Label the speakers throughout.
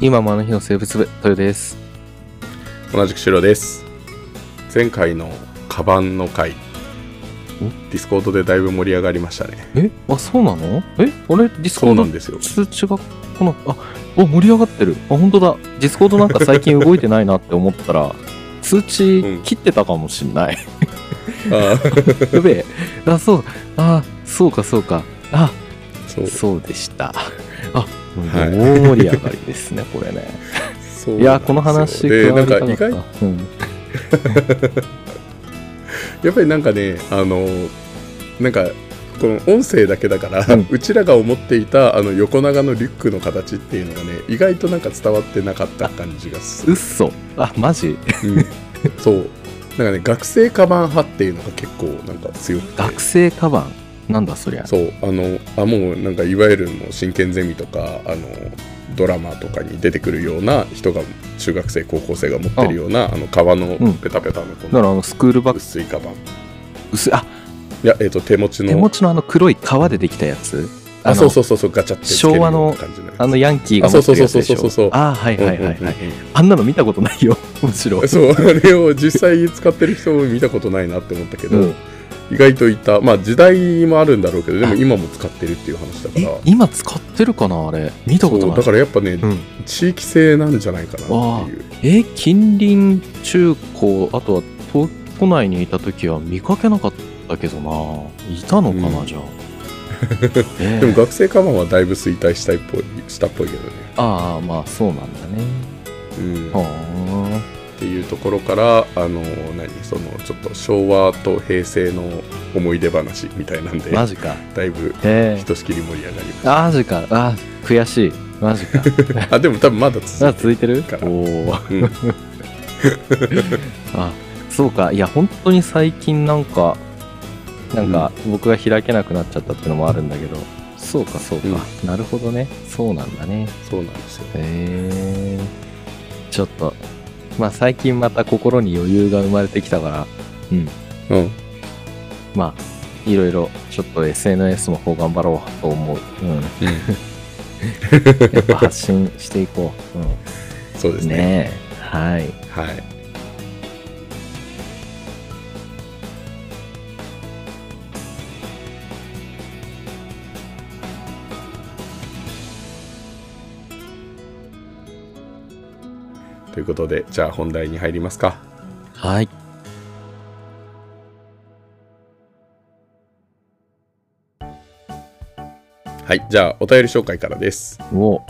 Speaker 1: 今もあの日の生物部、豊です。
Speaker 2: 同じく白です前回のカバンの回ディスコードでだいぶ盛り上がりましたね
Speaker 1: えあ、そうなのえ俺、ディスコ
Speaker 2: そ
Speaker 1: ー
Speaker 2: うな
Speaker 1: ド
Speaker 2: んですよ
Speaker 1: 通知がこの、あ、お、盛り上がってる。あ、本当だ。ディスコードなんか最近動いてないなって思ったら、 通知切ってたかもしんない。
Speaker 2: あー
Speaker 1: うべえ。あ、そう。あ、そうか、そうか。あ、
Speaker 2: そう
Speaker 1: そうでした。あ、もう
Speaker 2: はい
Speaker 1: 大盛り上がりですね、これね。
Speaker 2: そう
Speaker 1: いや、この話、
Speaker 2: で
Speaker 1: 加わ
Speaker 2: なん
Speaker 1: り
Speaker 2: か
Speaker 1: た
Speaker 2: 意
Speaker 1: かっ
Speaker 2: 外
Speaker 1: たうん。
Speaker 2: やっぱりなんかねあのなんかこの音声だけだから、
Speaker 1: う
Speaker 2: うんちらが思っていたあの横長のリュックの形っていうのがね意外となんか伝わってなかった感じがす
Speaker 1: う
Speaker 2: る
Speaker 1: っ、そ。あ、マジ
Speaker 2: うんそうなんかね学生カバン派っていうのが結構なんか強くて
Speaker 1: 学生カバンなんだそりゃ。
Speaker 2: そうあのあもうなんかいわゆるもう真剣ゼミとかあのドラマとかに出てくるような人が中学生高校生が持ってるようなあの革の
Speaker 1: うん
Speaker 2: ペタペタのこ
Speaker 1: だか
Speaker 2: の
Speaker 1: らあのスクールバッグ
Speaker 2: 薄いカバン、い
Speaker 1: 薄いあ
Speaker 2: や、えっと手持ち
Speaker 1: 手
Speaker 2: の
Speaker 1: 持ちのあの黒い革でできたやつ
Speaker 2: あ
Speaker 1: の
Speaker 2: そうそうそうそうガチャってつけるような感じのやつ
Speaker 1: あのヤンキーが持ってるやつでしょ
Speaker 2: あそうそうそうそうそう
Speaker 1: あーはいはいはいはい、
Speaker 2: うんうんうん
Speaker 1: あんなの見たことないよ むしろ
Speaker 2: そうあれを実際使ってる人を見たことないなって思ったけど、
Speaker 1: うん
Speaker 2: 意外といたまあ時代もあるんだろうけどで
Speaker 1: あ
Speaker 2: も今も使ってるっていう話だか
Speaker 1: え
Speaker 2: ら
Speaker 1: 今使ってるかなあれ見たこと
Speaker 2: そう
Speaker 1: ない
Speaker 2: だからやっぱね、
Speaker 1: うん、
Speaker 2: 地域性なんじゃないかなってい
Speaker 1: え
Speaker 2: う
Speaker 1: 近隣中高あとは都都内にいた時は見かけなかったけどないたのかな、
Speaker 2: うん
Speaker 1: じゃあ、 えー
Speaker 2: でも学生カバンはだいぶ衰退したいっぽいしたっぽいけどね、
Speaker 1: ああまあそうなんだね
Speaker 2: うん、
Speaker 1: は
Speaker 2: っ
Speaker 1: あ
Speaker 2: ていうところからあの何そのちょっと昭和と平成の思い出話みたいなんで
Speaker 1: マ
Speaker 2: だ
Speaker 1: ジか
Speaker 2: いぶ
Speaker 1: ええ
Speaker 2: ひとしきり盛り上がりまし
Speaker 1: マジかあー悔しいマジ か
Speaker 2: たあでも多分まだ
Speaker 1: あ
Speaker 2: 続
Speaker 1: 続いてる
Speaker 2: から
Speaker 1: おお
Speaker 2: く、うん、
Speaker 1: あそうかいや本当に最近なんかなんか僕が開けなくなっちゃったってのもあるんだけど、そうかそうか、
Speaker 2: う
Speaker 1: なるほどねそうなんだね
Speaker 2: そうなんですよ
Speaker 1: へえちょっとまあ最近また心に余裕が生まれてきたからうん
Speaker 2: うん
Speaker 1: まあいろいろちょっと SNS の方頑張ろうと思う、 うん、やっぱ発信していこう、う
Speaker 2: そうです
Speaker 1: ん、
Speaker 2: ね
Speaker 1: ねえはい
Speaker 2: はいということでじゃあ本題に入りますか
Speaker 1: はい
Speaker 2: はいじゃあお便り紹介からです
Speaker 1: お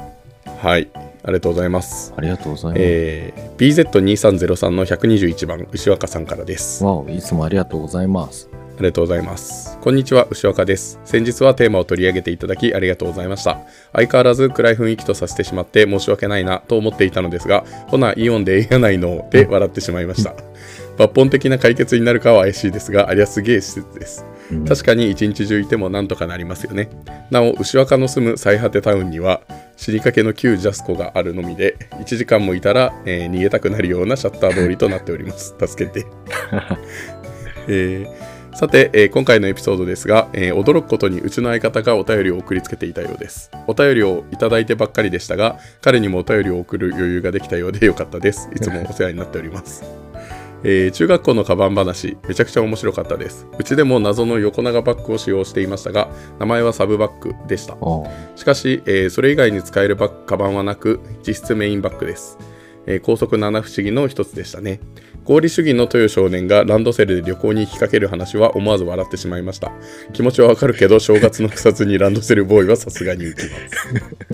Speaker 2: はいありがとうございます
Speaker 1: ありがとうございます、
Speaker 2: えー、BZ2303 の121番牛若さんからです
Speaker 1: わおいつもありがとうございます
Speaker 2: ありがとうございます。こんにちは、牛若です。先日はテーマを取り上げていただきありがとうございました。相変わらず暗い雰囲気とさせてしまって申し訳ないなと思っていたのですが、ほな、イオンでええやないので笑ってしまいました。抜本的な解決になるかは怪しいですが、ありゃすげえ施設です。
Speaker 1: うん
Speaker 2: 確かに一日中いてもなんとかなりますよね。なお、牛若の住む最果てタウンには、死にかけの旧ジャスコがあるのみで、1時間もいたら、えー逃げたくなるようなシャッター通りとなっております。助け て。えーさて、えー今回のエピソードですが、えー驚くことにうちの相方がお便りを送りつけていたようです。お便りをいただいてばっかりでしたが、彼にもお便りを送る余裕ができたようでよかったです。いつもお世話になっております。えー中学校のカバン話、めちゃくちゃ面白かったです。うちでも謎の横長バッグを使用していましたが、名前はサブバッグでした。
Speaker 1: おう
Speaker 2: しかし、えーそれ以外に使えるバッグカバンはなく実質メインバッグです、えー高速七不思議の一つでしたね合理主義の豊少年がランドセルで旅行に行きかける話は思わず笑ってしまいました気持ちはわかるけど正月の草津にランドセルボーイはさすがに行き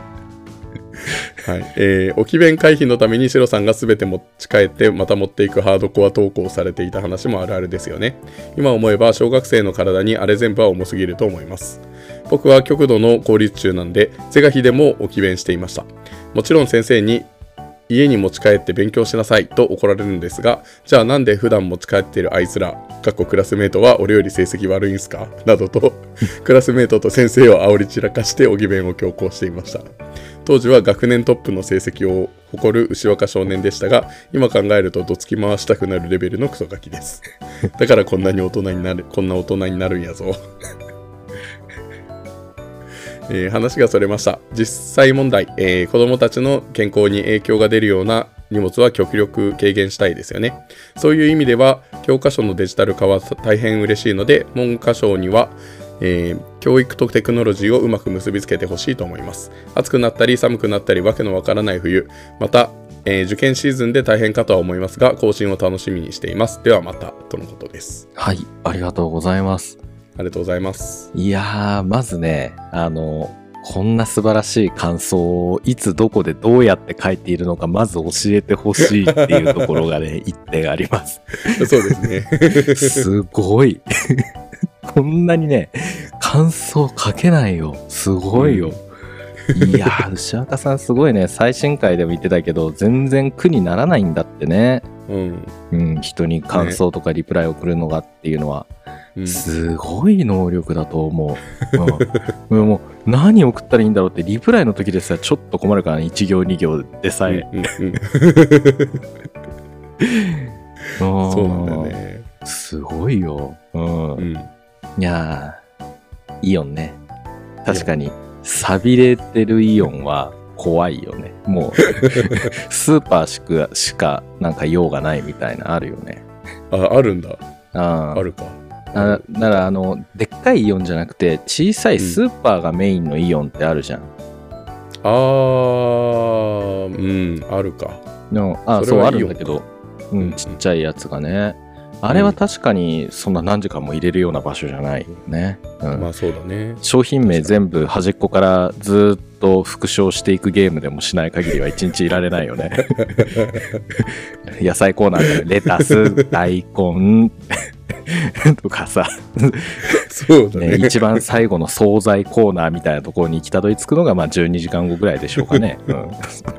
Speaker 2: ますはいえー、置き弁回避のためにシロさんが全て持ち帰ってまた持っていくハードコア投稿をされていた話もあるあるですよね今思えば小学生の体にあれ全部は重すぎると思います僕は極度の効率中なんで是が非でも置き弁していましたもちろん先生に家に持ち帰って勉強しなさいと怒られるんですがじゃあなんで普段持ち帰ってるあいつらかっこクラスメートは俺より成績悪いんすかなどと クラスメートと先生を煽り散らかして置き弁を強行していました当時は学年トップの成績を誇る牛若少年でしたが今考えるとどつき回したくなるレベルのクソガキですだからこんなに大人になるこんな大人になるんやぞえー話がそれました実際問題、えー子どもたちの健康に影響が出るような荷物は極力軽減したいですよねそういう意味では教科書のデジタル化は大変嬉しいので文科省には、えー教育とテクノロジーをうまく結びつけてほしいと思います暑くなったり寒くなったりわけのわからない冬また、えー受験シーズンで大変かとは思いますが更新を楽しみにしていますではまたとのことです
Speaker 1: はい、ありがとうございます。
Speaker 2: ありがとうございます
Speaker 1: いやー、まずね、あの、こんな素晴らしい感想をいつどこでどうやって書いているのかまず教えてほしいっていうところが ね、一点あります。
Speaker 2: そうですね
Speaker 1: すごい。 こんなにね、感想書けないよ。すごいよ。いやー、牛若さんすごいね。最新回でも言ってたけど、全然苦にならないんだってね。
Speaker 2: うん、
Speaker 1: うん、人に感想とかリプライ送るのがっていうのは、
Speaker 2: うん
Speaker 1: すごい能力だと思 う。うん、もう、何送ったらいいんだろうって、リプライの時でさ、ちょっと困るからね。1行2行でさえ。
Speaker 2: うんうんうん
Speaker 1: そ
Speaker 2: そうなんだよ。ね。
Speaker 1: すごいよ。うん
Speaker 2: うん。
Speaker 1: いやー、イオンね。確かに、錆びれてるイオンは怖いよね。 もう、スーパーしくしか、なんか用がないみたいな、あるよね。
Speaker 2: あ、あるんだ。
Speaker 1: あ
Speaker 2: あ
Speaker 1: ー
Speaker 2: るか。
Speaker 1: あだから、あの、でっかいイオンじゃなくて、小さいスーパーがメインのイオンってあるじゃん。
Speaker 2: あー、うん、あるか。
Speaker 1: のあ、
Speaker 2: そ
Speaker 1: そ
Speaker 2: れ
Speaker 1: う、
Speaker 2: は
Speaker 1: あ
Speaker 2: イオ
Speaker 1: るん
Speaker 2: ン
Speaker 1: だけど、う
Speaker 2: うん
Speaker 1: ん、ちっちゃいやつがね。あれは確かに、そんな何時間も入れるような場所じゃないよね。うん
Speaker 2: まあそうだね。
Speaker 1: 商品名全部端っこからずーっと復唱していくゲームでもしない限りは一日いられないよね。野菜コーナーでレタス、大根とかさ、
Speaker 2: そうだ
Speaker 1: ね、
Speaker 2: ね。
Speaker 1: 一番最後の惣菜コーナーみたいなところに行きたどり着くのがまあ12時間後ぐらいでしょうかね。うん、そ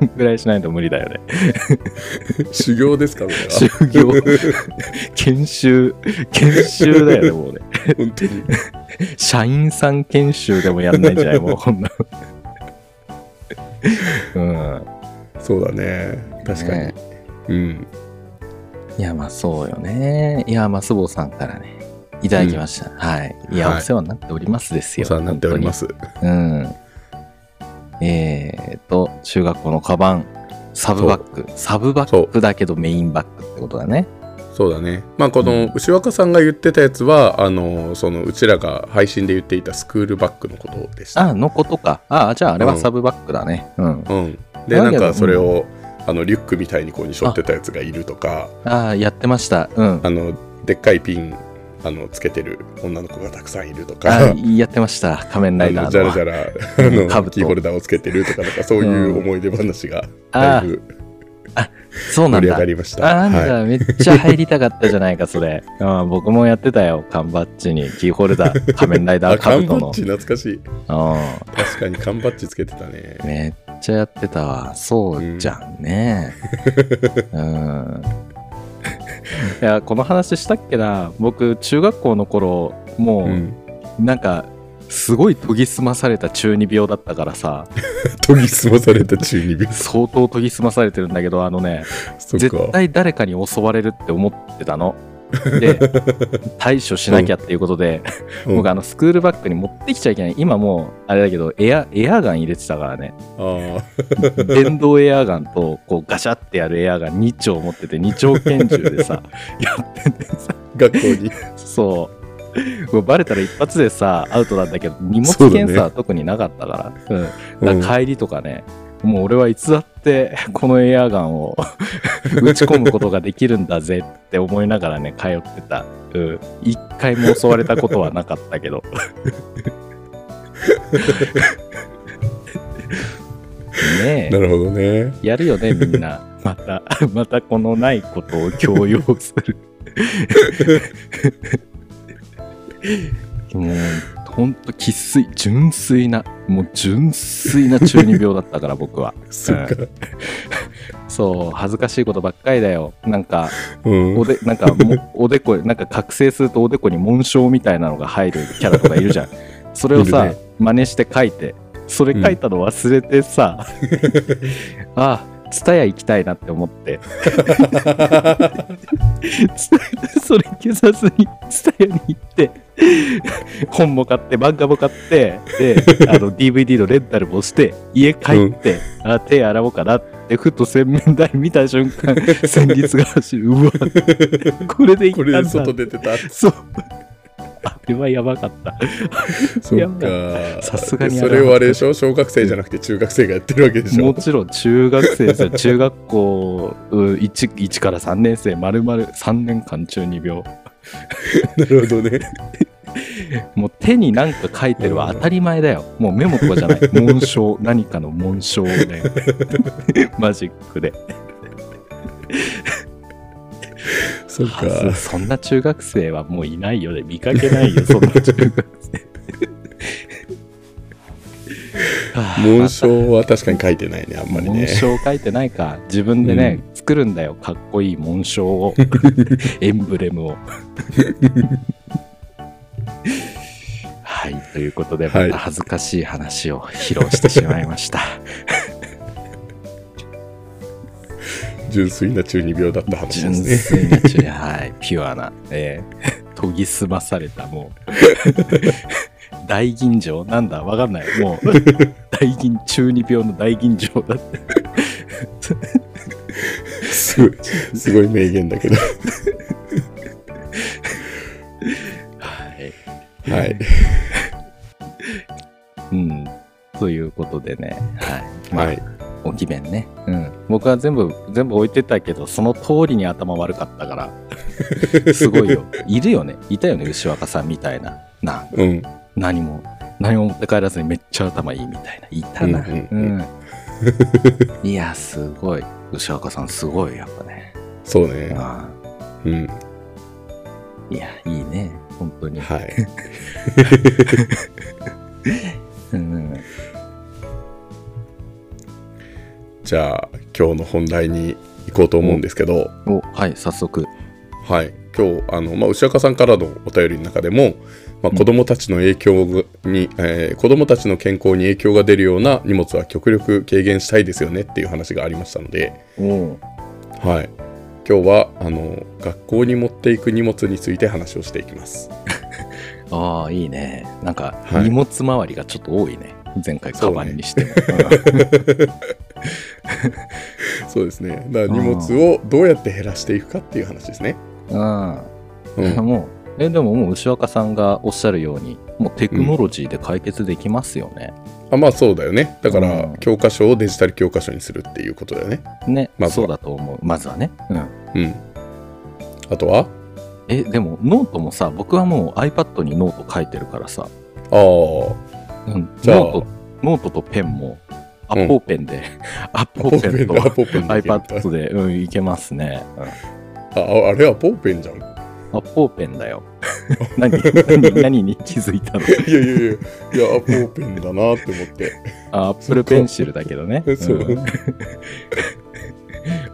Speaker 1: のぐらいしないと無理だよね。
Speaker 2: 修行ですか、こ
Speaker 1: 修
Speaker 2: れ
Speaker 1: 行、研修、研修だよね、もうね。
Speaker 2: は。本当に。
Speaker 1: 社員さん研修でもやんないんじゃないもうこんな。うん。
Speaker 2: そうだね。確かに
Speaker 1: ね。
Speaker 2: うん。
Speaker 1: いや、まあそうよね。いや、まあ、須坊さんからね、いただきました。はい。いや、
Speaker 2: はい
Speaker 1: お世話になっておりますです
Speaker 2: お
Speaker 1: よ。
Speaker 2: 世話になっております。
Speaker 1: 本当に。うん。えーと、中学校のカバン、サブバッグ。サブバッグだけどメインバッグってことだね。
Speaker 2: そうだね。まあこ
Speaker 1: う
Speaker 2: の牛若さんが言ってたやつは、あの、そのうちらが配信で言っていたスクールバッグのことでした。
Speaker 1: あ、のことか。あ、じゃああれ
Speaker 2: う
Speaker 1: は
Speaker 2: ん
Speaker 1: サブバッグだね。うん。
Speaker 2: うん。で、
Speaker 1: だ
Speaker 2: な
Speaker 1: け
Speaker 2: ん
Speaker 1: ど
Speaker 2: かそれを、あのリュックみたいにこうに背負ってたやつがいるとか。
Speaker 1: ああ、やってました。うん。
Speaker 2: あのでっかいピンあのつけてる女の子がたくさんいると か。
Speaker 1: あやってました。仮面
Speaker 2: あ
Speaker 1: ライダ
Speaker 2: の
Speaker 1: ー
Speaker 2: じゃら
Speaker 1: の
Speaker 2: じ。ゃらあの
Speaker 1: 兜
Speaker 2: キーホルダーをつけてるとかなんかそういう
Speaker 1: うん
Speaker 2: 思い出話がだ
Speaker 1: あ
Speaker 2: いぶ
Speaker 1: そうな
Speaker 2: 盛
Speaker 1: ん
Speaker 2: り上
Speaker 1: だ
Speaker 2: が。りました。
Speaker 1: あなんだ、
Speaker 2: はい、
Speaker 1: めっちゃ入りたかったじゃないか、そ れ。うん、僕もやってたよ、缶バッジに、キーホルダ ー、仮面ライダ
Speaker 2: あ
Speaker 1: ーカ
Speaker 2: 缶
Speaker 1: ブ
Speaker 2: バ
Speaker 1: ト
Speaker 2: ッ
Speaker 1: の
Speaker 2: ジ。懐かしい。
Speaker 1: う
Speaker 2: 確かに缶バッジつけてたね。
Speaker 1: ん、めっちゃやってたわ。そうじゃんね。うん。いや、この話したっけな、僕、中学校の頃、
Speaker 2: う
Speaker 1: も
Speaker 2: ん。
Speaker 1: う、なんか、すごい研ぎ澄まされた中二病だったからさ、
Speaker 2: 研ぎ澄まされた中二病。
Speaker 1: 相当研ぎ澄まされてるんだけど、あのね、
Speaker 2: そっ
Speaker 1: 絶
Speaker 2: か。
Speaker 1: 対誰かに襲われるって思ってた の。で対処しなきゃっていうことで、
Speaker 2: うん
Speaker 1: 僕あのスクールバッグに持ってきちゃいけない今もうあれだけどエアエアガン入れてたから ね
Speaker 2: あー
Speaker 1: 電動エアガンとこうガシャってやるエアガン2丁持ってて2丁拳銃でさやっててさ
Speaker 2: 学校に。
Speaker 1: そうこれバレたら一発でさアウトなんだけど荷物
Speaker 2: そうだね
Speaker 1: 検査は特になかったから、うん、
Speaker 2: う
Speaker 1: だ
Speaker 2: ん
Speaker 1: から帰りとかね、もう俺はいつだってこのエアガン を打ち込むことができるんだぜって思いながらね通ってた、うん、一回も襲われたことはなかった けどね
Speaker 2: な
Speaker 1: え
Speaker 2: るほどね。
Speaker 1: やるよねみんな またまたこのないことを強要す るもうほんと生粋純粋なもう純粋な中二病だったから僕 は
Speaker 2: そっか。
Speaker 1: そう恥ずかしいことばっかりだよなんか
Speaker 2: うん。
Speaker 1: おでなんかもおでこなんか覚醒するとおでこに紋章みたいなのが入るキャラとかいるじゃんそれをさ、
Speaker 2: いる
Speaker 1: 真似して書いてそれ書いたの忘れて さ、ああ蔦屋行きたいなって思って蔦屋それ消さずに蔦屋に行って本も買って、漫画も買って、で、あの、DVD のレンタルもして、家帰って、あ手洗おうかなって、ふと洗面台見た瞬 間、戦慄が走る。うわ、これでいった
Speaker 2: こ
Speaker 1: んだ
Speaker 2: れで外出てた。
Speaker 1: そう。あれはやばかった。
Speaker 2: そ
Speaker 1: や
Speaker 2: っか。
Speaker 1: さすがに
Speaker 2: それはあれでしょ小学生じゃなくて中学生がやってるわけでし
Speaker 1: も
Speaker 2: ょ
Speaker 1: ちろん中学生ですよ。 中学校 1, 1から3年生、丸々3年間中二病。
Speaker 2: なるほどね。
Speaker 1: もう手に何か書いてるは当たり前だよ。もうメモとかじゃ ない。紋章、何かの紋章ね。 マジックで。
Speaker 2: そっ
Speaker 1: は
Speaker 2: か
Speaker 1: ず。 そんな中学生はもういないよね。見かけないよ、そんな中 学生。はあ
Speaker 2: 紋章は確かに書いてないね、あんまり
Speaker 1: 紋
Speaker 2: ね。
Speaker 1: 章書いてないか自分でね、作るんだよかっこいい紋章を エンブレムをはいということでま
Speaker 2: はい
Speaker 1: た恥ずかしい話を披露してしまいました、
Speaker 2: 純粋な中二病だった話で
Speaker 1: 純
Speaker 2: すね。
Speaker 1: 粋な中はいピュアな、えー研ぎ澄まされたもう 大吟醸なんだわかんないもう大吟中二病の大吟醸だって
Speaker 2: すごい、 すごい名言だ けど。
Speaker 1: はい
Speaker 2: はい。
Speaker 1: うんということでねはいまあ
Speaker 2: はい。
Speaker 1: 置き弁ね、うん、僕は全部全部置いてたけどその通りに頭悪かったから すごいよいるよねいたよね牛若さんみたいなな
Speaker 2: うん。
Speaker 1: 何も何も持って帰らずにめっちゃ頭いいみたいないたな
Speaker 2: う
Speaker 1: うんん、
Speaker 2: うんう
Speaker 1: いやすごい牛若さんすごいやっぱね
Speaker 2: そうね。
Speaker 1: あ
Speaker 2: うん。
Speaker 1: あいやいいね本当に、
Speaker 2: はい。
Speaker 1: うんうん、
Speaker 2: じゃあ、今日の本題に行こうと思うんですけど、
Speaker 1: おはい早速
Speaker 2: はい。今日、あの、まあ、牛若さんからのお便りの中でも、まあ、子供たちの影響に、えー子供たちの健康に影響が出るような荷物は極力軽減したいですよねっていう話がありましたので、
Speaker 1: おお
Speaker 2: はい。今日は、あの、学校に持っていく荷物について話をしてい きます。
Speaker 1: ああいいねなんか
Speaker 2: はい
Speaker 1: 荷物周りがちょっと多いね、前回
Speaker 2: そ
Speaker 1: カ
Speaker 2: うね
Speaker 1: バンにしても、
Speaker 2: そうですね。だから荷物をどうやって減らしていくかっていう話ですね。
Speaker 1: うん うん
Speaker 2: うん。
Speaker 1: もうえでももう牛若さんがおっしゃるようにもうテクノロジーで解決できますよね。
Speaker 2: あまあそうだよね。だから、
Speaker 1: うん
Speaker 2: 教科書をデジタル教科書にするっていうことだよね。
Speaker 1: ね、
Speaker 2: まず
Speaker 1: そ
Speaker 2: は
Speaker 1: うだと思うまずはね。うん、
Speaker 2: うん。あとは
Speaker 1: えでもノートもさ僕はもう iPad にノート書いてるからさ、
Speaker 2: ああ、
Speaker 1: うん、ノー
Speaker 2: じゃあ
Speaker 1: トノートとペンもアポーペンで、アポ
Speaker 2: ポー
Speaker 1: ー
Speaker 2: ペ
Speaker 1: ペン
Speaker 2: ン
Speaker 1: と
Speaker 2: だ、ポーペンだ。
Speaker 1: iPad で、うん、いけますね。うん
Speaker 2: ああれはポーペンじゃん。い
Speaker 1: アポーペンだ よ。何何何に気づいたの
Speaker 2: やいやいや、いや、ポーペンだなって思 って。
Speaker 1: あアップルペンシルだけどね。
Speaker 2: そう。
Speaker 1: うん
Speaker 2: フ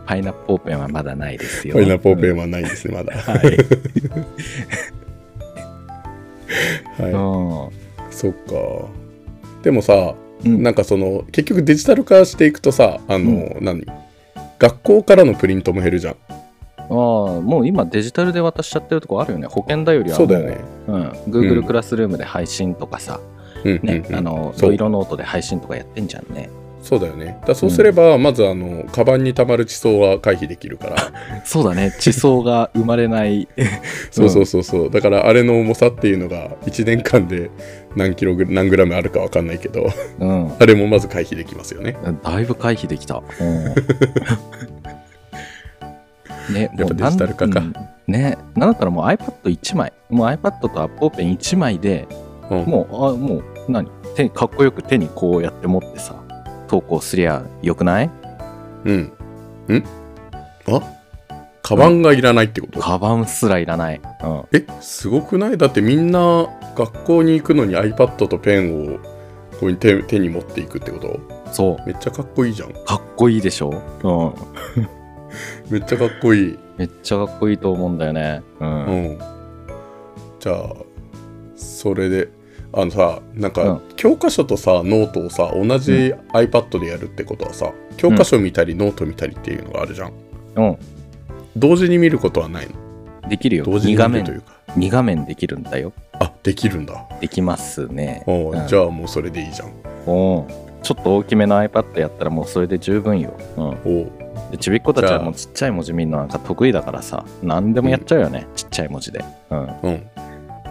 Speaker 1: パイナップルペンはまだないですよ。
Speaker 2: ァイナポーペ
Speaker 1: ン。
Speaker 2: ンはないんですね、まだ。
Speaker 1: はい。
Speaker 2: は
Speaker 1: うん
Speaker 2: い。そっか。でもさ、
Speaker 1: うん
Speaker 2: なんかその、結局デジタル化していくとさ、あの、何学校からのプリントも減るじゃん。
Speaker 1: ああ、もう今デジタルで渡しちゃってるとこあるよね。保険だよりは
Speaker 2: そ
Speaker 1: も
Speaker 2: うだよね。
Speaker 1: うん、
Speaker 2: うん
Speaker 1: Google クラスルームで配信とかさ、
Speaker 2: うん、
Speaker 1: ね、
Speaker 2: うんうん
Speaker 1: あの、
Speaker 2: そう
Speaker 1: ロイロノートで配信とかやってんじゃんね。
Speaker 2: そうだよね。だからそうすれば、まずあの、カバンにたまる地層は回避できるから。
Speaker 1: そうだね、地層が生まれ ない。
Speaker 2: そうそうそうそう。だからあれの重さっていうのが、1年間で何キログ、何グラムあるかわかんないけど、
Speaker 1: うん。
Speaker 2: あれもまず回避できますよね。
Speaker 1: だいぶ回避できた。うん。ね、
Speaker 2: やっぱデジタル化か
Speaker 1: もうなんうんね、なんだったらもう iPad1 枚、もう iPad と Apple Pen 1枚で、
Speaker 2: うん。
Speaker 1: もう、あもう何手かっこよく手にこうやって持ってさ、投稿すりゃよくない
Speaker 2: うん。んあカバンがいらないってこと、
Speaker 1: カバンすらいらない。うん。
Speaker 2: えすごくないだってみんな学校に行くのに iPad とペンをここに手手に持っていくってこと
Speaker 1: そう。
Speaker 2: めっちゃかっこいいじゃん。
Speaker 1: かっこいいでしょうん。
Speaker 2: めっちゃかっこいい。
Speaker 1: めっちゃかっこいいと思うんだよね。うん。
Speaker 2: うん、じゃあそれであのさなん
Speaker 1: う
Speaker 2: か
Speaker 1: ん
Speaker 2: 教科書とさノートをさ同じ iPad でやるってことはさ教科書見たりノート見たりっていうのがあるじゃん、
Speaker 1: うん。
Speaker 2: 同時に見ることはないの
Speaker 1: できるよ。
Speaker 2: 同時
Speaker 1: 2
Speaker 2: に
Speaker 1: 画
Speaker 2: 見るとい
Speaker 1: 面、
Speaker 2: うか
Speaker 1: 2画面できるんだよ。
Speaker 2: あできるんだ
Speaker 1: できますね。
Speaker 2: おう
Speaker 1: うん
Speaker 2: じゃあもうそれでいいじゃん
Speaker 1: うんちょっと大きめの iPad やったらもうそれで十分よ。うん
Speaker 2: おう
Speaker 1: で、ちびっ子たち
Speaker 2: じゃ
Speaker 1: は
Speaker 2: あ
Speaker 1: もうちっちゃい文字見るのなんか得意だからさ、何でもやっちゃうよね、ちっちゃい文字で。うん。
Speaker 2: うん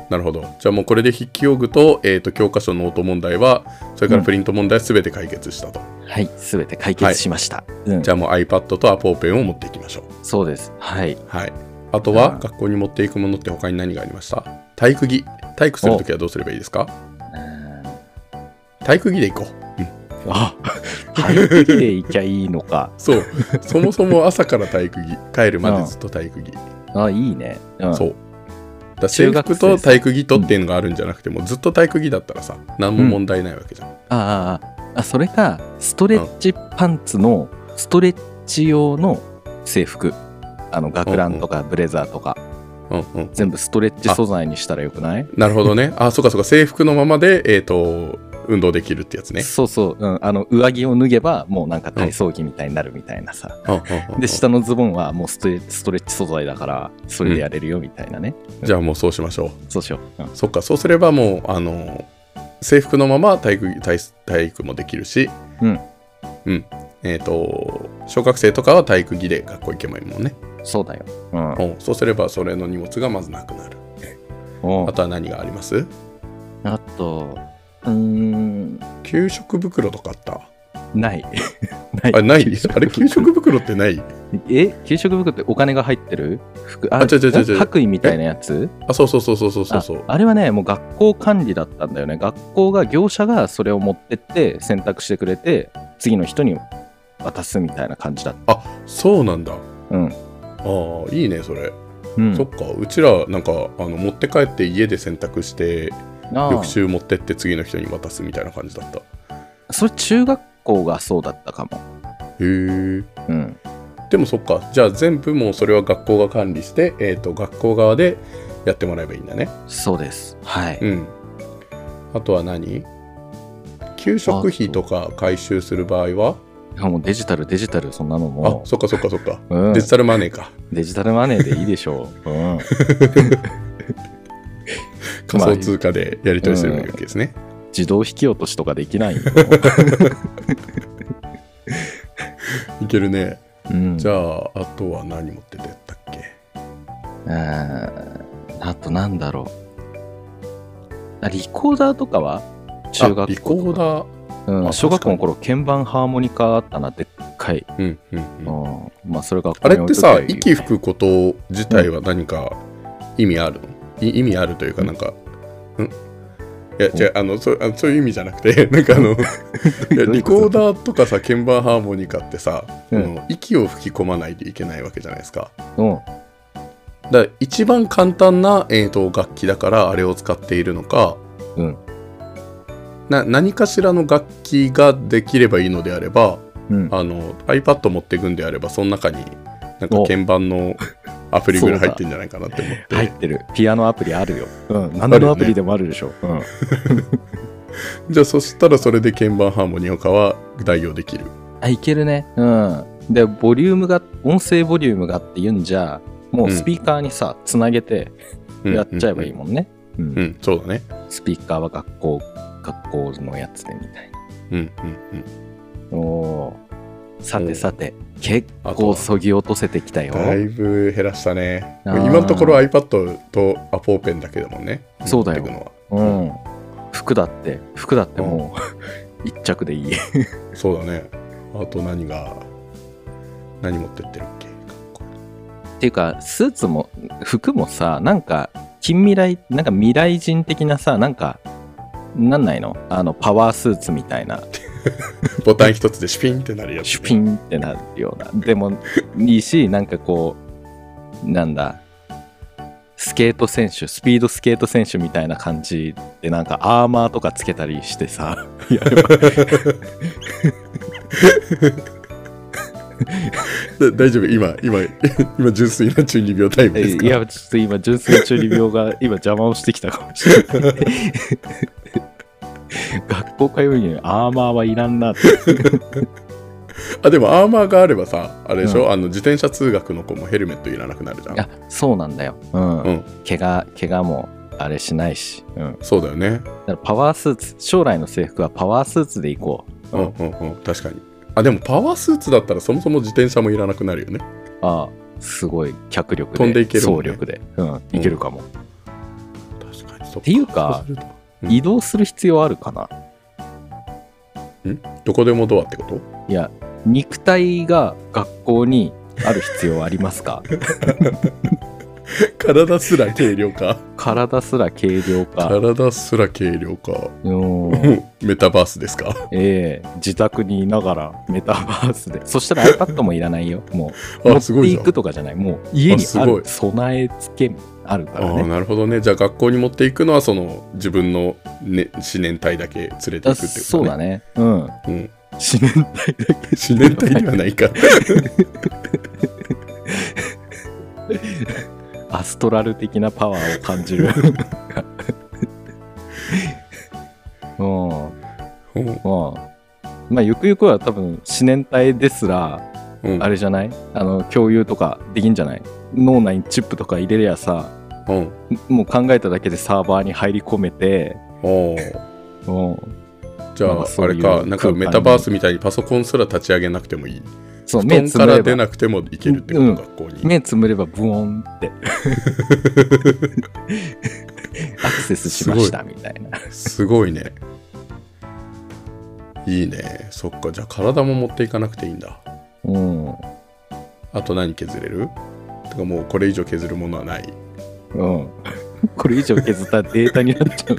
Speaker 2: なるほどじゃあもうこれで筆記用具と,、えー、と教科書ノート問題はそれからプリント問題すべて解決したと、
Speaker 1: はい、すべて解決しました。うん
Speaker 2: じゃあもう iPad とアポーペンを持っていきましょう
Speaker 1: そうです。はい。
Speaker 2: はいあとは
Speaker 1: うん
Speaker 2: 学校に持っていくものって他に何がありました体育着体育するときはどうすればいいですか体育着で行こう、うん、
Speaker 1: あ体育着でいきゃいいのか。
Speaker 2: そうそもそも朝から体育着帰るまでずっと体育着、
Speaker 1: あ、いいね。うん、
Speaker 2: そうだから
Speaker 1: 中
Speaker 2: 制
Speaker 1: 学生
Speaker 2: 服と体育着とっていうのがあるんじゃなくてもうずっと体育着だったらさ何も問題ないわけじゃん、
Speaker 1: ああああ、それか、ストレッチパンツの、ストレッチ用の制服。あの、学ランとかブレザーとか、
Speaker 2: うんうん、
Speaker 1: 全部ストレッチ素材にしたらよくない
Speaker 2: なるほどね。あ、そうかそうか。制服のままで、えっ、と、運動できるってやつね。
Speaker 1: そうそう、うん、あの上着を脱げばもうなんか体操着みたいになるみたいなさ、で
Speaker 2: した
Speaker 1: 下のズボンはもうストレストレッチ素材だからそれでやれるよみたいなね、
Speaker 2: じゃあもうそうしましょう。
Speaker 1: そうしよう、うん
Speaker 2: そっか、そうすればもう、あの、制服のまま体育体体育もできるし、
Speaker 1: うん。
Speaker 2: うん。えっ、と、小学生とかは体育着で学校行けばいいもんね。
Speaker 1: そうだよ、うん
Speaker 2: うん、そうすれば、それの荷物がまずなくなる。
Speaker 1: おう
Speaker 2: あとは何があります
Speaker 1: あとうーん
Speaker 2: 給食袋とかあった
Speaker 1: ない ない
Speaker 2: あ、ないあれ、給食袋ってない
Speaker 1: え給食袋ってお金が入ってる服
Speaker 2: あ違う違う違う違う
Speaker 1: 白衣みたいなやつ
Speaker 2: あ、そうそうそうそうそうそうそう
Speaker 1: あ。あれはねもう学校管理だったんだよね学校が業者がそれを持ってって選択してくれて次の人に渡すみたいな感じだった
Speaker 2: そうなんだ。
Speaker 1: うん
Speaker 2: ああ、いいね、それ。
Speaker 1: うん
Speaker 2: そっかうちらなんかあの持って帰って家で洗濯して
Speaker 1: ああ
Speaker 2: 翌週持ってって次の人に渡すみたいな感じだったへ
Speaker 1: それ中学校がそうだったかも。
Speaker 2: え
Speaker 1: うん。
Speaker 2: でもそっかじゃあ全部もうそれは学校が管理して、えー、と学校側でやってもらえばいいんだね
Speaker 1: そうです。はい。
Speaker 2: うんあとは何給食費とか回収する場合は
Speaker 1: しかもうデジタル、デジタル、そんなの
Speaker 2: あ
Speaker 1: もう。
Speaker 2: そっかそっかそっか
Speaker 1: うん、
Speaker 2: デジタルマネ ーか
Speaker 1: デジタルマネーでいいでしょう。 うん、
Speaker 2: 仮想通貨でやり取りするわけですね、
Speaker 1: 自動引き落としとかできないよ。
Speaker 2: いけるね
Speaker 1: うん、
Speaker 2: じゃああとは何持ってってったっけ
Speaker 1: ああとなんだろう。あリコーダーとかは中
Speaker 2: あリ
Speaker 1: 学
Speaker 2: コ
Speaker 1: 校と
Speaker 2: ー
Speaker 1: か、
Speaker 2: ダー
Speaker 1: うん、
Speaker 2: あ
Speaker 1: 小学校の頃鍵盤ハーモニカあったなでっかい、
Speaker 2: うんうん、うん
Speaker 1: うん、まあそれが
Speaker 2: あれってさ、
Speaker 1: い
Speaker 2: 息吹くこと自体は何か意味あるの、い意味あるというか、なんか、んいや、
Speaker 1: うん
Speaker 2: 違う、あの、そうあのそういう意味じゃなくて、 なんかあの、いや
Speaker 1: どうい
Speaker 2: リ
Speaker 1: うこと
Speaker 2: コーダーとかさ、鍵盤ハーモニカってさ、
Speaker 1: うん
Speaker 2: あの息を吹き込まないといけないわけじゃないですか。
Speaker 1: うん
Speaker 2: だから一番簡単な、えー、と楽器だから、あれを使っているのか、
Speaker 1: うん
Speaker 2: な何かしらの楽器ができればいいのであれば、
Speaker 1: うん、
Speaker 2: あの iPad 持っていくんであればその中になんか
Speaker 1: お
Speaker 2: 鍵盤のアプリぐらい入ってんじゃないかなって思って、
Speaker 1: 入ってるピアノアプリあるよ、うん、何のアプリでもあるでしょ、うん、
Speaker 2: じゃあそしたらそれで鍵盤ハーモニーかは代用できる
Speaker 1: あ、いけるね。うん。で、ボリュームが、音声ボリュームがって言うんじゃ、もうスピーカーにさ、つなげてやっちゃえばいい
Speaker 2: も
Speaker 1: もんね。うん
Speaker 2: ん、うんそうだね
Speaker 1: スピーカーは学校、学校のやつでみたい
Speaker 2: うんう
Speaker 1: な。
Speaker 2: んうん
Speaker 1: おーさ
Speaker 2: お
Speaker 1: て
Speaker 2: う
Speaker 1: さて、結
Speaker 2: あと
Speaker 1: 構
Speaker 2: は
Speaker 1: そぎ落とせてきたよ。
Speaker 2: だいぶ減らしたね
Speaker 1: あー
Speaker 2: 今のところ iPad と Apple ペンだけだもんね
Speaker 1: そうだよ
Speaker 2: 持ってくのは
Speaker 1: うん。服だって、服だってもう、一着でいい。
Speaker 2: そうだねあと何が何持ってってるっけ
Speaker 1: っていうかスーツも服もさなんか近未来なんか未来人的なさなんかなんないのあのパワースーツみたいな
Speaker 2: ボタン一つでシュピンってなるやつ、ね、
Speaker 1: シュピンってなるようなでもいいしなんかこうなんだスケート選手スピードスケート選手みたいな感じでなんかアーマーとかつけたりして さやれば
Speaker 2: だ大丈夫今今今純粋な中二病タイムですか
Speaker 1: いやちょっと今純粋な中二病が 今邪魔をしてきたかもしれない学校通うにアーマーはいらんなって
Speaker 2: あでもアーマーがあればさあれでしょ、
Speaker 1: う
Speaker 2: あの自転車通学の子もヘルメットいらなくなるじゃん
Speaker 1: あそうなんだよ、うん
Speaker 2: うん
Speaker 1: 怪我怪我もあれしないし、うん、
Speaker 2: そうだよね。
Speaker 1: だからパワースーツ将来の制服はパワースーツでいこう、
Speaker 2: うんうんうん、確かに。あ、でもパワースーツだったらそもそも自転車もいらなくなるよね。
Speaker 1: ああすごい脚力で
Speaker 2: 飛んでいけるもん
Speaker 1: 走
Speaker 2: ね
Speaker 1: 力で、うん、いけるかも、
Speaker 2: 確かに。って
Speaker 1: いうか
Speaker 2: うん
Speaker 1: 移動する必要あるかな
Speaker 2: どこでもドアってこと
Speaker 1: いや肉体が学校にある必要あります か
Speaker 2: 体すら軽量化。
Speaker 1: 体すら軽量化
Speaker 2: 体すら軽量化。
Speaker 1: うん
Speaker 2: メタバースですか
Speaker 1: ええ自宅にいながらメタバースでそしたら iPad もいらないよもう持
Speaker 2: あ、
Speaker 1: っ
Speaker 2: すご
Speaker 1: て
Speaker 2: い
Speaker 1: い
Speaker 2: じゃん
Speaker 1: く。とかじゃないもう家に
Speaker 2: あす
Speaker 1: あ
Speaker 2: ご
Speaker 1: る
Speaker 2: い
Speaker 1: 備え付けあるか
Speaker 2: あ
Speaker 1: ら
Speaker 2: あー
Speaker 1: ね
Speaker 2: なるほどねじゃあ学校に持っていくのはその自分の、ね、四年隊だけ連れていくって
Speaker 1: あ
Speaker 2: ことね
Speaker 1: そうだねうん
Speaker 2: うん、
Speaker 1: 死ねん
Speaker 2: 四年隊ではな いか
Speaker 1: アストラル的なパワーを感じ るうん
Speaker 2: うん
Speaker 1: まあ、まあ、ゆくゆくは多分、四年体ですら、
Speaker 2: うん
Speaker 1: あれじゃないあの、共有とかできんじゃない脳内にチップとか入れりゃさ、
Speaker 2: うん
Speaker 1: もう考えただけでサーバーに入り込めて、
Speaker 2: おー
Speaker 1: うん、
Speaker 2: じゃ
Speaker 1: なん
Speaker 2: あ
Speaker 1: かそ
Speaker 2: あ
Speaker 1: う
Speaker 2: れ
Speaker 1: いう
Speaker 2: かなん
Speaker 1: 空
Speaker 2: か
Speaker 1: 間に
Speaker 2: メタバースみたいにパソコンすら立ち上げなくてもいい
Speaker 1: そう、
Speaker 2: 布
Speaker 1: 目
Speaker 2: 団
Speaker 1: つ
Speaker 2: か
Speaker 1: む
Speaker 2: ら
Speaker 1: れ
Speaker 2: 出
Speaker 1: ば、
Speaker 2: なくてもいけるってこ
Speaker 1: うん
Speaker 2: と学校に、
Speaker 1: 目つむればブオン って。アクセスしましたみたいな。
Speaker 2: すごいねいいねそっかじゃあ体も持っていかなくていいんだ
Speaker 1: うん。うん。
Speaker 2: あと何削れるてかもうこれ以上削るものはない
Speaker 1: これ以上削ったらデータになっちゃ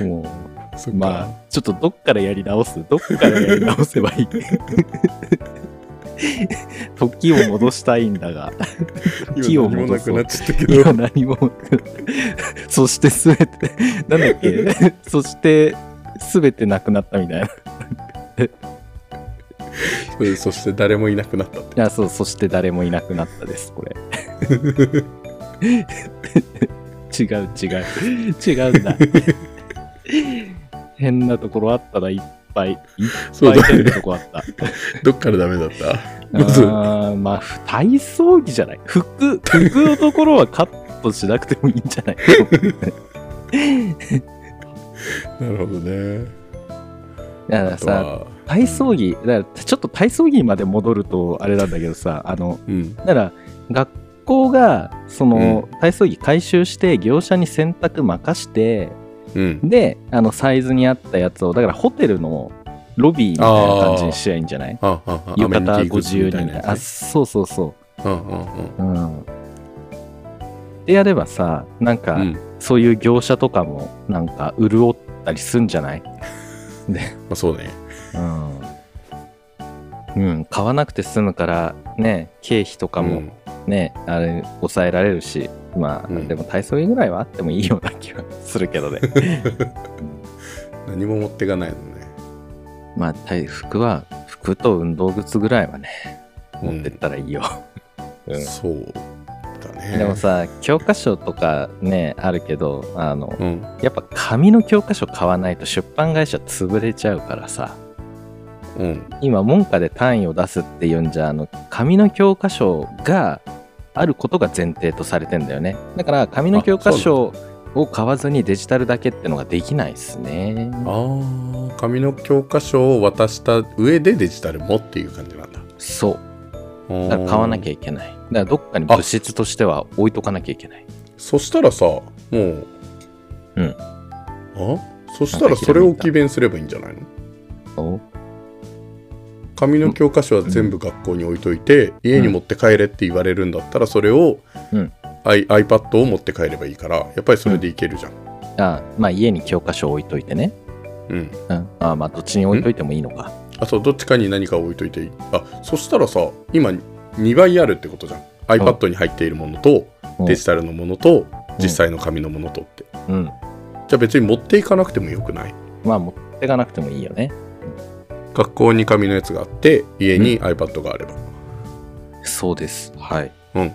Speaker 1: うな。 もう。
Speaker 2: そっか
Speaker 1: まあ、ちょっとどっからやり直すどっからやり直せばいい 時を戻したいんだが、木を
Speaker 2: 今何も
Speaker 1: 戻
Speaker 2: な
Speaker 1: そ
Speaker 2: く
Speaker 1: う
Speaker 2: なっちゃったけど
Speaker 1: 今何も、そしてすべて、なんだっけ、そしてすべてなくなったみたいな。い
Speaker 2: うんそして誰もいなくなったって
Speaker 1: や、そう、そして誰もいなくなったです、 これ。違う違う。違うん だ。変なところあったらいっぱい。いっ
Speaker 2: そう
Speaker 1: ぱい
Speaker 2: だ
Speaker 1: 変な
Speaker 2: ね
Speaker 1: とこあった。
Speaker 2: どっからダメだったまず
Speaker 1: あーまあ、体操着じゃない服、服のところはカットしなくてもいいんじゃ ない
Speaker 2: なるほどね
Speaker 1: だから
Speaker 2: あと
Speaker 1: さ、
Speaker 2: は
Speaker 1: 体操着、だからちょっと体操着にまで戻るとあれなんだけどさ、あの、
Speaker 2: うん
Speaker 1: だから学校が、その、体操着回収して、業者に洗濯任して、
Speaker 2: うん
Speaker 1: で、あの、サイズに合ったやつを、だからホテルのロビーみたいな感じにしちゃいいんじゃない
Speaker 2: あああ
Speaker 1: 浴衣
Speaker 2: アメニティ
Speaker 1: ご
Speaker 2: グッズ
Speaker 1: 自由にみたい
Speaker 2: やつ
Speaker 1: な。
Speaker 2: ね
Speaker 1: あ、そうそうそう。
Speaker 2: うんうんうん
Speaker 1: うん。でやればさ、なんか、
Speaker 2: うん
Speaker 1: そういう業者とかも、なんか、潤ったりすんじゃない
Speaker 2: まあそうね
Speaker 1: うん。うん、買わなくて済むから、ね、経費とか
Speaker 2: う
Speaker 1: も
Speaker 2: ん
Speaker 1: ね、あれ、抑えられるし、まあ、
Speaker 2: うん
Speaker 1: でも体操着ぐらいはあってもいいような気はするけどね。
Speaker 2: 何も持っていかないのね
Speaker 1: まあ、体服は、服と運動靴ぐらいはね、持ってったらいいよ。うん
Speaker 2: そうだね
Speaker 1: でもさ、教科書とかね、あるけど、あの、
Speaker 2: うん
Speaker 1: やっぱ紙の教科書買わないと出版会社潰れちゃうからさ
Speaker 2: うん
Speaker 1: 今文科で単位を出すっていうんじゃあの紙の教科書があることが前提とされてんだよねだから紙の教科書を買わずにデジタルだけってのができないっすね
Speaker 2: あー紙の教科書を渡した上でデジタルもっていう感じなんだ
Speaker 1: そうだから買わなきゃ
Speaker 2: ゃ
Speaker 1: いけないだからどっかに物質としては置いとかなきゃいけない
Speaker 2: そしたらさもう
Speaker 1: うん
Speaker 2: あそしたらそれを詭弁すればいいんじゃないの
Speaker 1: お
Speaker 2: 紙の教科書は全部学校に置いといて、家に持って帰れって言われるんだったらそれを、
Speaker 1: うん
Speaker 2: I、iPad を持って帰ればいいからやっぱりそれでいけるじゃん、
Speaker 1: あまあ家に教科書を置いといてね、
Speaker 2: うん、
Speaker 1: うん、あまあどっちに置いといてもいいのか
Speaker 2: あとどっちかに何か置いといていいあそしたらさ今2倍あるってことじゃん iPad に入っているものと
Speaker 1: うん
Speaker 2: デジタルのものと実際の紙のものとって
Speaker 1: うん
Speaker 2: じゃあ別に持っていかなくてもよくない
Speaker 1: まあ持ってかなくてもいいよね
Speaker 2: 学校に紙のやつがあって家に iPad があれば
Speaker 1: そうです。はい。
Speaker 2: うん。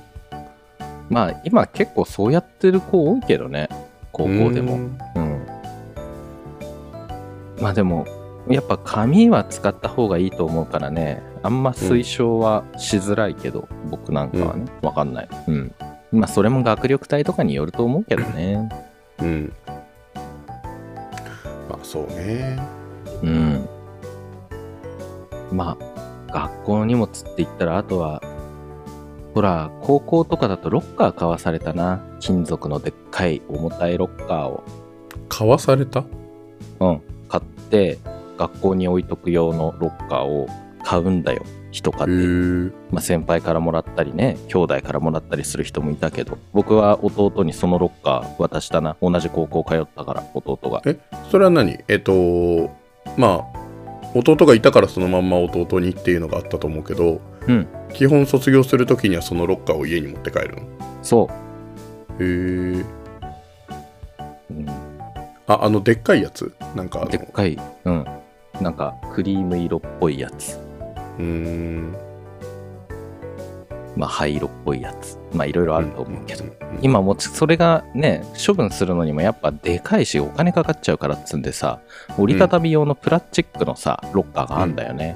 Speaker 1: まあ、今結構そうやってる子多いけどね。高校で
Speaker 2: う
Speaker 1: も。
Speaker 2: ん
Speaker 1: うん,、まあでも、やっぱ紙は使った方がいいと思うからね。あんま推奨はしづらいけど、僕なんかはね、わかんない。うん。まあ、それも学力帯とかによると思うけどね。
Speaker 2: うんまあそうね
Speaker 1: うん。まあ、学校の荷物って言ったら、あとは、ほら、高校とかだとロッカー買わされたな。金属のでっかい重たいロッカーを。
Speaker 2: 買わされた
Speaker 1: うん、買って学校に置いとく用のロッカーを買うんだよ人買
Speaker 2: へ
Speaker 1: って、
Speaker 2: ー
Speaker 1: まあ、先輩からもらったりね兄弟からもらったりする人もいたけど僕は弟にそのロッカー渡したな同じ高校通ったから弟が
Speaker 2: えそれは何えっとまあ弟がいたからそのまんま弟にっていうのがあったと思うけど、
Speaker 1: うん
Speaker 2: 基本卒業する時にはそのロッカーを家に持って帰るの
Speaker 1: そ
Speaker 2: へえ
Speaker 1: う、うん、
Speaker 2: ああのでっかいやつなんかあの
Speaker 1: でっかいうんなんかクリーム色っぽいやつ
Speaker 2: うーん
Speaker 1: まあ灰色っぽいやつまあいろいろあると思うけど、
Speaker 2: んん
Speaker 1: 今もちそれがね処分するのにもやっぱでかいしお金かかっちゃうからっつんでさ折りたたみ用のプラスチックのさロッカーがあんだよね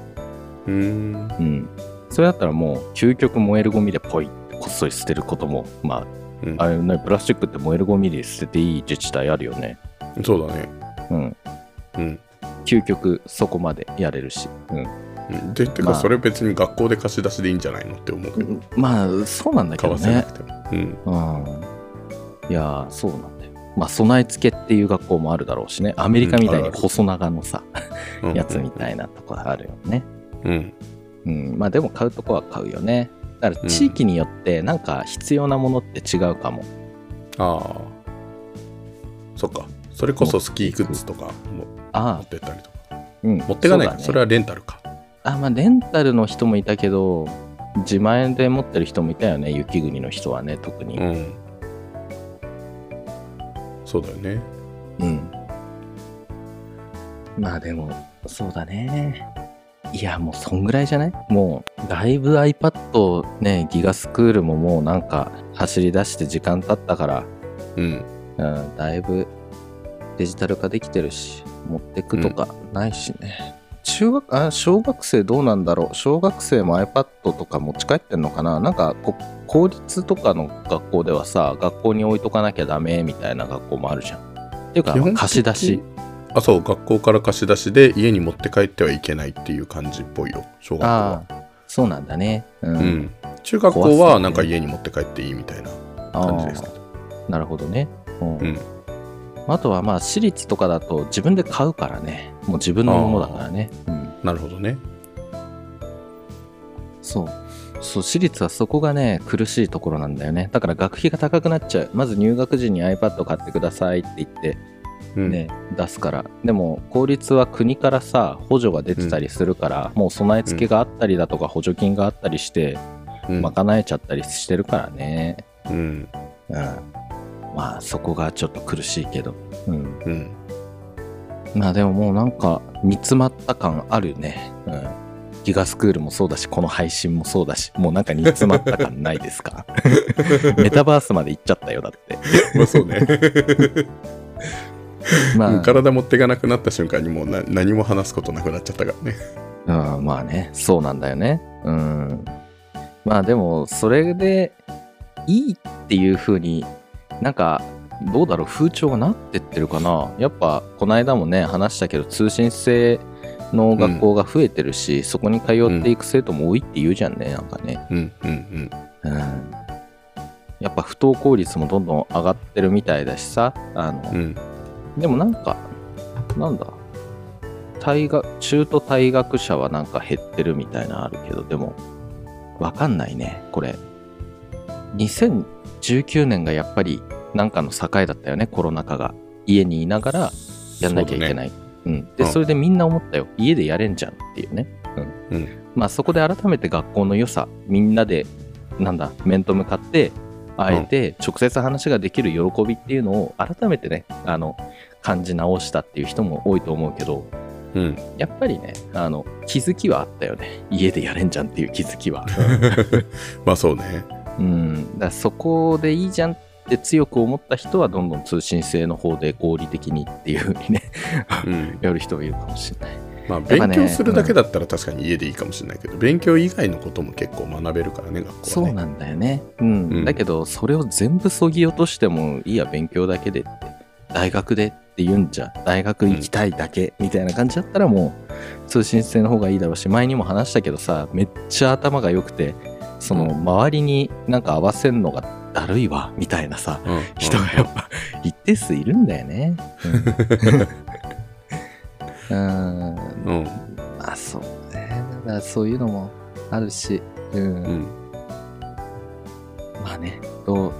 Speaker 2: うーん
Speaker 1: うん、それだったらもう究極燃えるゴミでポイってこっそり捨てることもま
Speaker 2: うん
Speaker 1: ああれねプラスチックって燃えるゴミで捨てていい自治体あるよね
Speaker 2: そうだね
Speaker 1: うん
Speaker 2: うん
Speaker 1: 究極そこまでやれるし、うん
Speaker 2: うんでてか
Speaker 1: まあ
Speaker 2: それ別に学校で貸し出しでいいんじゃないのって思うけど
Speaker 1: まあそうなんだけ
Speaker 2: 買
Speaker 1: ど
Speaker 2: わせな
Speaker 1: ね
Speaker 2: くても、うん
Speaker 1: うんいやーそうなんだよまあ備え付けっていう学校もあるだろうしねアメリカみたいに細長のさ、
Speaker 2: うん
Speaker 1: やつみたいなとこあるよね。
Speaker 2: うん
Speaker 1: うん、まあでも買うとこは買うよね。だから地域によってなんか必要なものって違うかも。
Speaker 2: ああそっかそれこそスキーグッズとかも持
Speaker 1: あ
Speaker 2: っ
Speaker 1: あ、
Speaker 2: てったりとか
Speaker 1: うん。
Speaker 2: 持ってかないか
Speaker 1: うだ
Speaker 2: そ,、
Speaker 1: ね
Speaker 2: れはレンタルか
Speaker 1: あ、まあレンタルの人もいたけど、自前で持ってる人もいたよね。雪国の人はね、特に。
Speaker 2: うんそうだよね
Speaker 1: うん。まあでも、そうだね。いや、もうそんぐらいじゃないもう、だいぶ iPad ね、ギガスクールももうなんか走り出して時間経ったから、
Speaker 2: うん
Speaker 1: うん、だいぶデジタル化できてるし、持ってくとかないしね。中学あ小学生どうなんだろう小学生も iPad とか持ち帰ってんのかななんかこ公立とかの学校ではさ学校に置いとかなきゃダメみたいな学校もあるじゃんっていうか
Speaker 2: 基本的に
Speaker 1: 貸し出し
Speaker 2: あそう学校から貸し出しで家に持って帰ってはいけないっていう感じっぽいよ小学校
Speaker 1: あ
Speaker 2: は
Speaker 1: あそうなんだねうん、
Speaker 2: うん中学校
Speaker 1: 怖そう
Speaker 2: は
Speaker 1: ね
Speaker 2: なんか家に持って帰っていいみたいな感じですけど
Speaker 1: ああなるほどねうん、
Speaker 2: うん
Speaker 1: あとはまあ私立とかだと自分で買うからねもう自分のものだからねうん
Speaker 2: なるほどね
Speaker 1: そう。そう、私立はそこがね、苦しいところなんだよね。だから学費が高くなっちゃう。まず入学時に iPad 買ってくださいって言って、
Speaker 2: うん、
Speaker 1: ね、出すから。でも、公立は国からさ、補助が出てたりするから、もう備え付けがあったりだとか、補助金があったりして、
Speaker 2: うん
Speaker 1: 賄えちゃったりしてるからね。
Speaker 2: うん
Speaker 1: うん。まあ、そこがちょっと苦しいけど。うん。
Speaker 2: うん
Speaker 1: まあ、でももうなんか、煮詰まった感あるね。うん。ギガスクールもそうだし、この配信もそうだし、もうなんか煮詰まった感ないですかメタバースまで行っちゃったよ、だって。
Speaker 2: まあそうね
Speaker 1: まあ、
Speaker 2: 体持っていかなくなった瞬間にもうな何も話すことなくなっちゃったからね
Speaker 1: うん、まあね、そうなんだよね。うん。まあでも、それでいいっていう風になんか、どうだろう、風潮がなってってるかな。やっぱ、この間もね、話したけど、通信制の学校が増えてるし、そこに通っていく生徒も多いって言うじゃんね、なんかね。
Speaker 2: うんうん
Speaker 1: うんやっぱ不登校率もどんどん上がってるみたいだしさあの、
Speaker 2: うんうん
Speaker 1: でもなんかなんだ退学中途退学者はなんか減ってるみたいなのあるけどでもわかんないねこれ2019年がやっぱりなんかの境だったよねコロナ禍が家にいながらやんなきゃいけないうん、で
Speaker 2: うん
Speaker 1: それでみんな思ったよ家でやれんじゃんっていうね、うん
Speaker 2: うん
Speaker 1: まあ、そこで改めて学校の良さみんなでなんだ面と向かって会えて直接話ができる喜びっていうのを改めてねあの感じ直したっていう人も多いと思うけど
Speaker 2: うんうん
Speaker 1: やっぱりねあの気づきはあったよね家でやれんじゃんっていう気づき は、
Speaker 2: まあそうね
Speaker 1: うん、だからそこでいいじゃんって強く思った人はどんどん通信制の方で合理的にっていう風にね
Speaker 2: うん
Speaker 1: やる人もいるかもしれない。
Speaker 2: まあ
Speaker 1: っぱ
Speaker 2: 勉
Speaker 1: ね
Speaker 2: 強するだけだったら確かに家でいいかもしれないけど、勉強以外のことも結構学べるからね学校
Speaker 1: そ
Speaker 2: は
Speaker 1: う
Speaker 2: ね
Speaker 1: なんだよね。うん。
Speaker 2: うん
Speaker 1: だけど、それを全部そぎ落としても、いいや、勉強だけでって、大学でって言うんじゃ、大学行きたいだけ、みたいな感じだったらもう、通信制の方がいいだろうし、前にも話したけどさ、めっちゃ頭が良くて、その、周りになんか合わせるのがだるいわ、みたいなさ、
Speaker 2: うんうん
Speaker 1: 人がやっぱ、一定数いるんだよね。うん。 うん、
Speaker 2: うん
Speaker 1: まあ、そうね。だからそういうのもあるし、うん
Speaker 2: うん
Speaker 1: まあね、どう、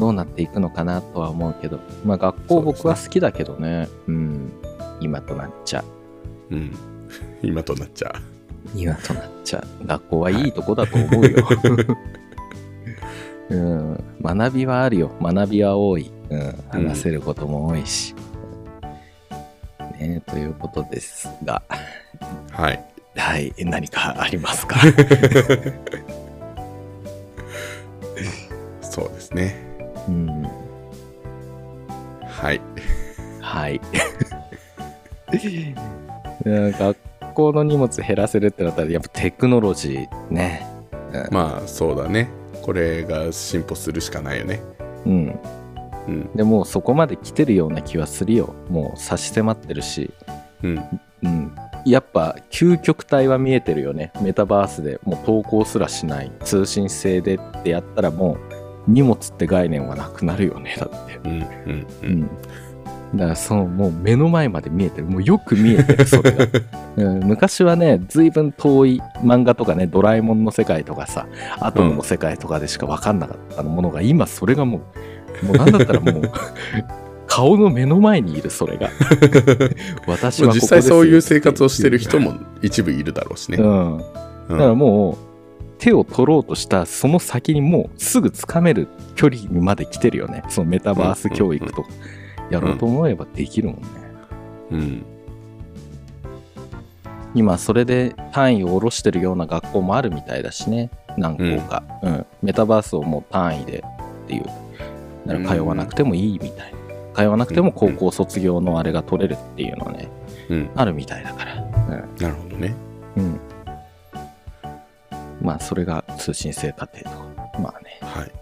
Speaker 1: どうなっていくのかなとは思うけど、まあ学校僕は好きだけどね、うん、今となっちゃ、
Speaker 2: うん 今となっちゃ
Speaker 1: 今となっちゃ、学校はいいとこだと思うよ。 うん、学びはあるよ、学びは多い、うん、話せることも多いし。ね、ということですが、
Speaker 2: はい
Speaker 1: はい、何かあります か
Speaker 2: そうですね
Speaker 1: うん
Speaker 2: はい
Speaker 1: はい。うん学校の荷物減らせるってなったら、やっぱテクノロジーね。
Speaker 2: まあそうだねこれが進歩するしかないよね
Speaker 1: うん。
Speaker 2: うん
Speaker 1: でもうそこまで来てるような気はするよ。もう差し迫ってるし。
Speaker 2: うん
Speaker 1: うん。やっぱ究極体は見えてるよね。メタバースでもう投稿すらしない。通信制でってやったらもう荷物って概念はなくなるよね。だって。
Speaker 2: うんうんう
Speaker 1: うん ん。だからそのもう目の前まで見えてる。もうよく見えて る、それが。うん、昔はね、ずいぶん遠い漫画とかね、ドラえもんの世界とかさ、アトムの世界とかでしか分かんなかったものが、今それがもう、もうなんだったらもう、顔の目の前にいる、それが。私はここですよ
Speaker 2: 実際そういう生活をしてる人も一部いるだろうしね、
Speaker 1: うん。
Speaker 2: うん
Speaker 1: だからもう、手を取ろうとしたその先にもうすぐつかめる距離にまで来てるよね。そのメタバース教育とか、やろうと思えばできるもんね。
Speaker 2: うん
Speaker 1: 今それで単位を下ろしてるような学校もあるみたいだしね何校か、うんメタバースをもう単位でっていうだから通わなくてもいいみたいな通わなくても高校卒業のあれが取れるっていうのはね
Speaker 2: うん
Speaker 1: あるみたいだから
Speaker 2: なるほどね
Speaker 1: うん、うん、まあそれが通信制課程とまあね
Speaker 2: はい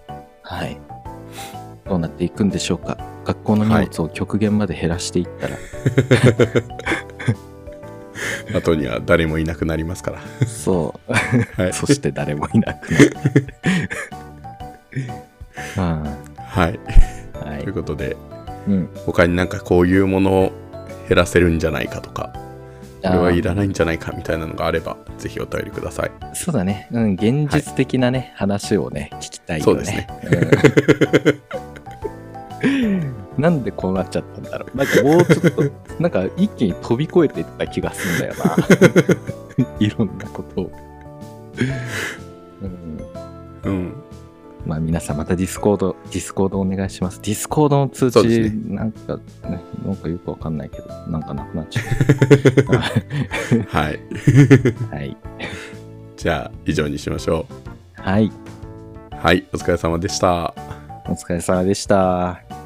Speaker 1: はいどうなっていくんでしょうか学校の荷物を極限まで減らしていったら、
Speaker 2: 後には誰もいなくなりますから、
Speaker 1: そう
Speaker 2: はい、
Speaker 1: そして誰もいなくな る。あ
Speaker 2: はい、
Speaker 1: あはい
Speaker 2: という。ことで
Speaker 1: うん。
Speaker 2: 他になんかこういうものを減らせるんじゃないかとかこれはいらないんじゃないかみたいなのがあればぜひお便りください
Speaker 1: あーそうだね。うん。現実的なね、話をね、聞きたいよね。うん なんでこうなっちゃったんだろう。なんかもうちょっと、 なんか一気に飛び越えていった気がするんだよな。いろんな ことを。うん
Speaker 2: うん
Speaker 1: まあ皆さんまたディスコード、ディスコードお願いします。ディスコードの通知、
Speaker 2: そうです
Speaker 1: なんか、ね、なんかよくわかんないけど、なんかなくなっちゃ
Speaker 2: はい
Speaker 1: う。はい。
Speaker 2: じゃあ以上にしましょ
Speaker 1: はい。
Speaker 2: うはいお疲れ様でした
Speaker 1: お疲れ様でした。